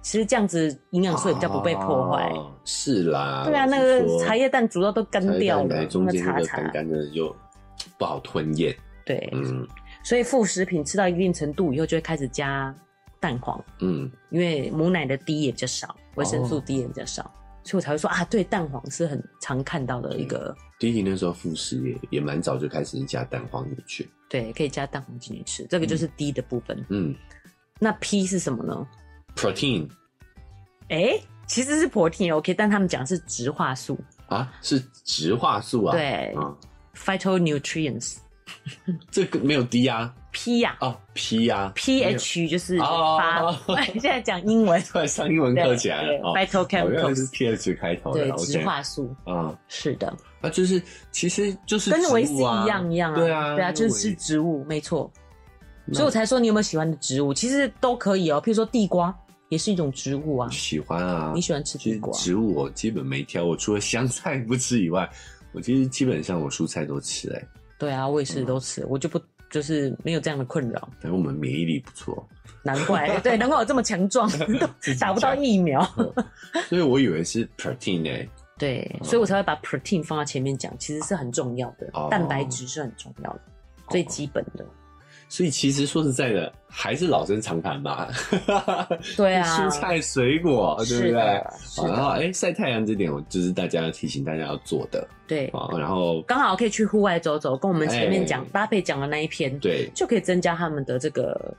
其实这样子营养素也比较不被破坏。哦是啦，对啊，老那实个说茶叶蛋煮到都干茶叶掉蛋哎了，中个间那茶个茶干干的就不好吞咽。对，嗯所以副食品吃到一定程度以后，就会开始加蛋黄，嗯，因为母奶的 D 也比较少，维生哦素 D 也比较少，所以我才会说啊，对，蛋黄是很常看到的一个，弟弟那时候复食也也蛮早就开始加蛋黄进去。对，可以加蛋黄进去吃，这个就是 D 的部分。嗯那 P 是什么呢？ ，protein 诶，哎其实是 protein OK，但他们讲是植化素，啊是植化素啊，对啊， phytonutrients。这个没有 D 啊， P 呀、哦 P 啊 p h 就是哦发， 现在讲英文，突然上英文课起来了对哦，哦原来是哦 phytochemicals， PH 开头的对， ，OK，植化素啊是的，啊就是其实就是跟维 C 植一物啊样一样啊，对啊对啊，就是维吃植物，没错。那所以我才说你有没有喜欢的植物，其实都可以哦，譬如说地瓜也是一种植物啊，喜欢啊，你喜欢吃其地实瓜？植物我基本没挑，我除了香菜不吃以外， 我其实基本上我蔬菜都吃、哎，对啊，我也是嗯都吃，我就不就是没有这样的困扰，反正我们免疫力不错， 难怪对，难怪我这么强 壮，都自己打不到讲疫苗。所以我以为是 protein 哎、对，所以我才会把 protein 放到前面讲，其实是很重要的，哦蛋白质是很重要的，最基本的。所以其实说实在的，还是老生常谈吧。 对啊蔬菜水果，对不哦是对？的，是好然后的，哎、晒太阳这点，我就是大家要提醒大家要做的对，啊。然后刚好可以去户外走走，跟我们前面讲哎搭配讲的那一篇，对就可以增加他们的这个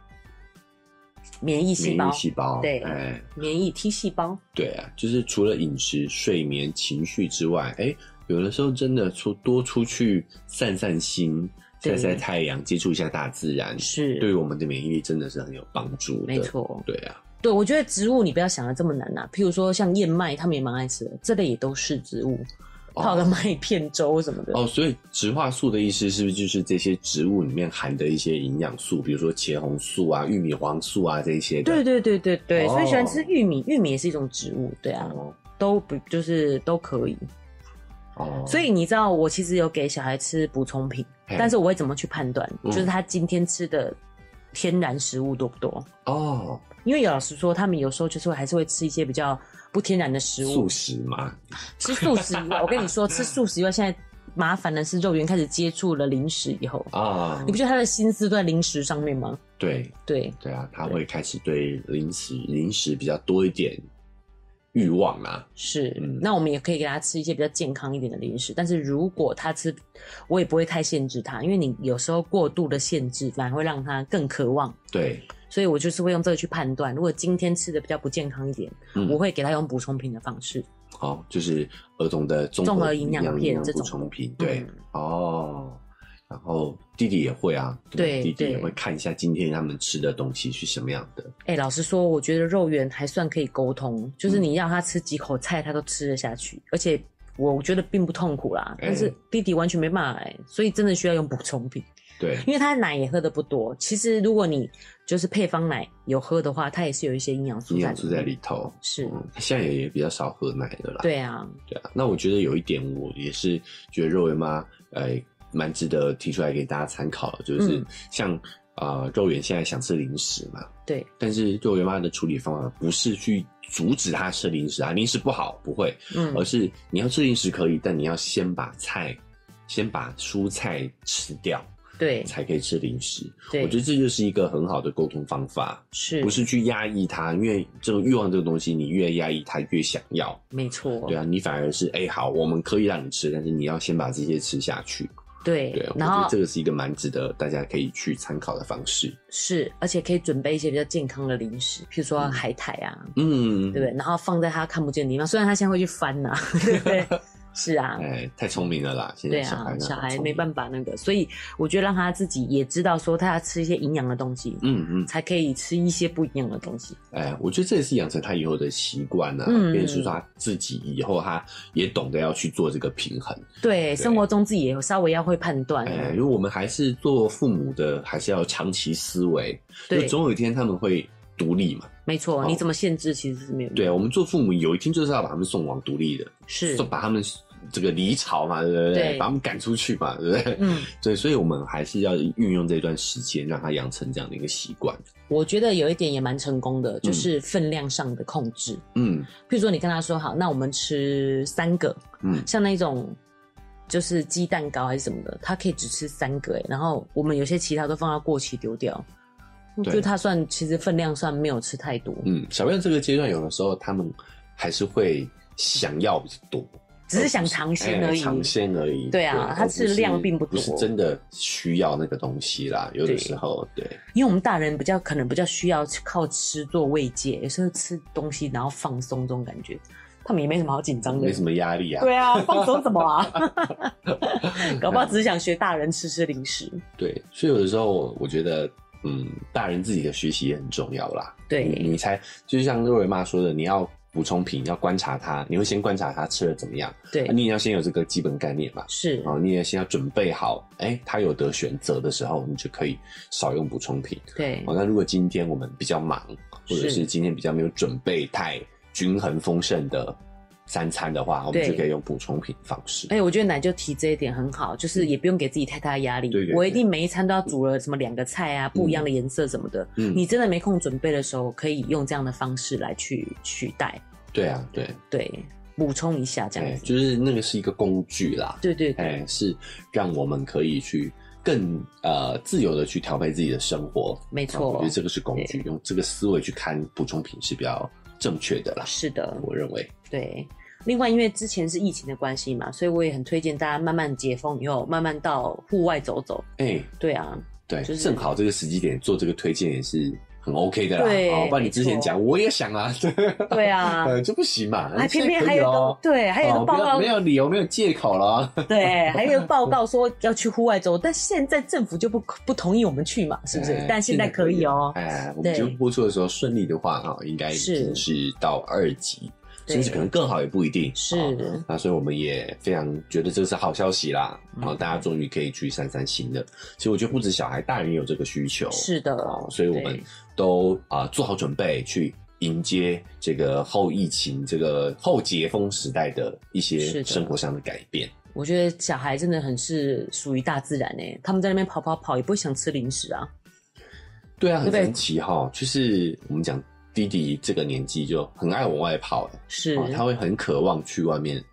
免疫细免疫胞、细胞，对哎、免疫 T 细胞。对啊，就是除了饮食、睡眠、情绪之外，哎，有的时候真的出多出去散散心、晒对晒太阳，接触一下大自然，是，对于我们的免疫力真的是很有帮助的。没，错。对啊，对，我觉得植物你不要想的这么难呐、譬如说像燕麦，他们也蛮爱吃的，这类也都是植物，哦泡个麦片粥什么的。哦，所以植化素的意思是不是就是这些植物里面含的一些营养素，比如说茄红素啊、玉米黄素啊这一些的？对对对对对，所以喜欢吃哦玉米，玉米也是一种植物，对啊，哦都不就是都可以。哦，所以你知道，我其实有给小孩吃补充品，嘿但是我会怎么去判断？嗯就是他今天吃的天然食物多不多？哦，因为有老师说，他们有时候就是会还是会吃一些比较不天然的食物素，食嘛，吃素食以外，我跟你说，吃素食以外，现在麻烦的是肉圆开始接触了零食以后，啊你，不觉得他的心思都在零食上面吗？对对，对啊，他会开始对零食零食比较多一点欲望啊。是，嗯那我们也可以给他吃一些比较健康一点的零食，但是如果他吃，我也不会太限制他，因为你有时候过度的限制反而会让他更渴望，对，所以我就是会用这个去判断，如果今天吃的比较不健康一点，嗯我会给他用补充品的方式。哦，就是儿童的综综合合营养片这补种充品，对，嗯哦。然后弟弟也会啊，对弟弟也对会看一下今天他们吃的东西是什么样的，哎、老实说，我觉得肉圆还算可以沟通，就是你让他吃几口菜，他都吃得下去，而且我觉得并不痛苦啦。哎但是弟弟完全没办法、哎，所以真的需要用补充品，对，因为他奶也喝的不多。其实如果你就是配方奶有喝的话，它也是有一些营养素营在养素在里头。是，嗯，他现在也也比较少喝奶的啦。对啊，对啊，那我觉得有一点，我也是觉得肉圆妈，呃，蛮值得提出来给大家参考的，就是嗯像啊、呃肉圆现在想吃零食嘛，对，但是肉圆妈的处理方法不是去阻止他吃零食啊，零食不好，不会，嗯而，是你要吃零食可以，但你要先把菜，先把蔬菜吃掉，对，才可以吃零食。对，我觉得这就是一个很好的沟通方法，是，不是去压抑它，因为这个欲望这个东西，你越压抑它越想要，没错，啊对啊，你反而是哎、好，我们可以让你吃，但是你要先把这些吃下去。对对，我然觉后得这个是一个蛮值得大家可以去参考的方式。是，而且可以准备一些比较健康的零食，譬如说海苔啊，嗯，对不对？然后放在他看不见的地方，虽然他现在会去翻 呐、对不对？是啊，哎，太聪明了啦！现对在小啊孩、，小孩没法。办法那个，所以我觉得让他自己也知道说他要吃一些营养的东西，嗯嗯，才可以吃一些不一样的东西。哎，我觉得这也是养成他以后的习惯呢、啊。嗯变成是说他自己以后他也懂得要去做这个平衡。对，生活中自己也有稍微要会判断，啊哎，因为我们还是做父母的，还是要长期思维，就对，总有一天他们会独立嘛。没错，好你怎么限制其实是没有用对啊，我们做父母有一天就是要把他们送往独立的，是就，把他们这个离巢嘛，对不对？对把他们赶出去嘛，对不对？嗯，对，所以我们还是要运用这段时间，让他养成这样的一个习惯。我觉得有一点也蛮成功的，就是分量上的控制。嗯嗯譬如说，你跟他说好，那我们吃三个，嗯，像那种就是鸡蛋糕还是什么的，他可以只吃三个哎，然后我们有些其他都放到过期丢掉，对就他算其实分量算没有吃太多，嗯，小朋友这个阶段，有的时候他们还是会想要比较多，只是想尝鲜而哎已。尝鲜而已。对啊而它吃的不是量并不不是多真的需要那个东西啦。有的对时候，对，因为我们大人比较可能比较需要靠吃做慰藉，有时候吃东西然后放松这种感觉，他们也没什么好紧张的没。什么压力啊。对啊，放松什么 啊？搞不好只是想学大人吃吃零食。对，所以有的时候我觉得，嗯，大人自己的学习也很重要啦。你对，你才就像瑞瑞妈说的，你要补充品，要观察它，你会先观察它吃的怎么样，对，啊你也要先有这个基本概念嘛。是，哦，你也先要准备好，哎、他有得选择的时候，你就可以少用补充品。对哦，，那如果今天我们比较忙，或者是是今天比较没有准备太均衡丰盛的三餐的话，我们对就可以用补充品方式。哎、我觉得奶就提这一点很好，就是也不用给自己太大的压力。嗯对对我对一定每一餐都要煮了什么两个菜啊，不一样的颜色什么的。嗯你真的没空准备的时候，可以用这样的方式来去取代，对啊，对，对，补充一下这哎、样子。就是那个是一个工具啦，对对对，哎、是让我们可以去更呃自由的去调配自己的生活。没我错觉得，这个是工具，用这个思维去看补充品是比较正确的啦。是的，我认为，对。另外，因为之前是疫情的关系嘛，所以我也很推荐大家慢慢解封以后，慢慢到户外走走。哎、对啊，对，就是正好这个时机点做这个推荐也是很 OK 的啦。对哦，不然你之前没错讲我也想啊， 对对啊，呃，就不行嘛，还偏偏现在还可以有一哦个，对，还有一个哦报不要告没有理由，没有借口了。对，还有一个报告说要去户外走，但现在政府就不不同意我们去嘛， 是不是？哎但现在可以哦、哎，我们对节目播出的时候顺利的话啊，应该已经是是到二级，对甚至可能更好也不一定。是啊那所以我们也非常觉得这是好消息啦，然后嗯大家终于可以去散散心了。其实我觉得不止小孩，大人也有这个需求。是的哦，所以我们对都啊、做好准备去迎接这个后疫情、这个后解封时代的一是些的生活上的改变。我觉得小孩真的很是属于大自然诶、他们在那边跑跑跑，也不会想吃零食啊。对啊，对很不对神奇哈、就是我们讲弟弟这个年纪就很爱往外跑、欸是，哦，他会很渴望去外面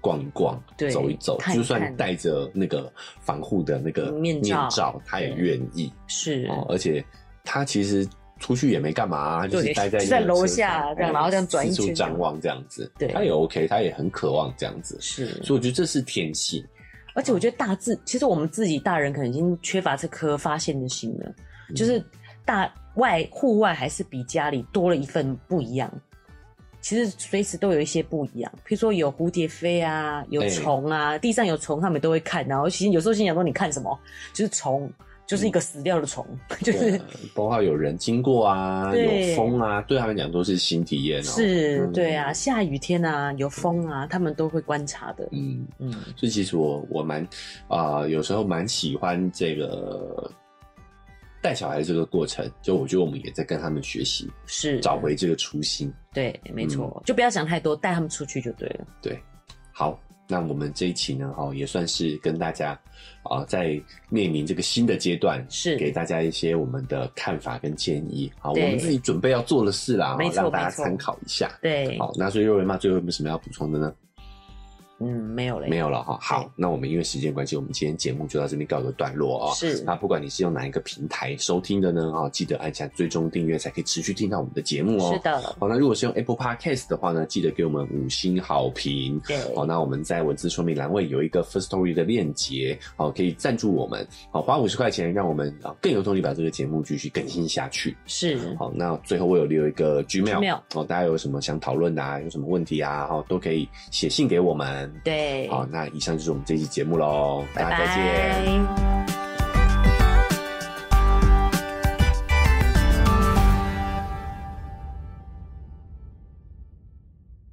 逛一逛、对走一走，看一就算看戴着那个防护的那个面罩他也愿意是、哦。而且他其实出去也没干嘛、啊就对是待在就在那个楼车下上这样哎然后这样转一四处圈这样张望这样子，对他也 OK，他也很渴望这样子，是，所以我觉得这是天性。而嗯且我觉得大自，其实我们自己大人可能已经缺乏这颗发现的心了，嗯就是大外户外还是比家里多了一份不一样。其实随时都有一些不一样，譬如说有蝴蝶飞啊，有哎虫啊，地上有虫，他们都会看。然后其实有时候心想说，你看什么？就是虫，就是一个死掉的虫， 就是嗯对啊包括有人经过啊，对有风啊，对他们讲都是新体验哦。是嗯，对啊，下雨天啊，有风啊，他们都会观察的。嗯，嗯，所以其实我我蛮啊、有时候蛮喜欢这个带小孩的这个过程，就我觉得我们也在跟他们学习，是找回嗯这个初心。对，没错，就不要想太多，带他们出去就对了。好，那我们这一期呢，哦，也算是跟大家啊、在面临这个新的阶段，是给大家一些我们的看法跟建议啊，我对们自己准备要做的事啦，哦没错让大家没错参考一下。对，好，那所以瑞文妈最后有没有什么要补充的呢？嗯，没有了，没有了哈。好对，那我们因为时间关系，我们今天节目就到这边告一个段落哦。是那不管你是用哪一个平台收听的呢，哦，记得按下追踪订阅，才可以持续听到我们的节目哦。是。的，好，那如果是用 Apple Podcast 的话呢，记得给我们五星好评。对，好，那我们在文字说明栏位有一个 First Story 的链接，好，可以赞助我们，好，花五十块钱，让我们啊更有动力把这个节目继续更新下去。是好，那最后我有留一个 Gmail，, 嗯 Gmail 哦，大家有什么想讨论的啊，有什么问题啊，哦，都可以写信给我们。对，好，那以上就是我们这期节目喽，大拜家再见。拜。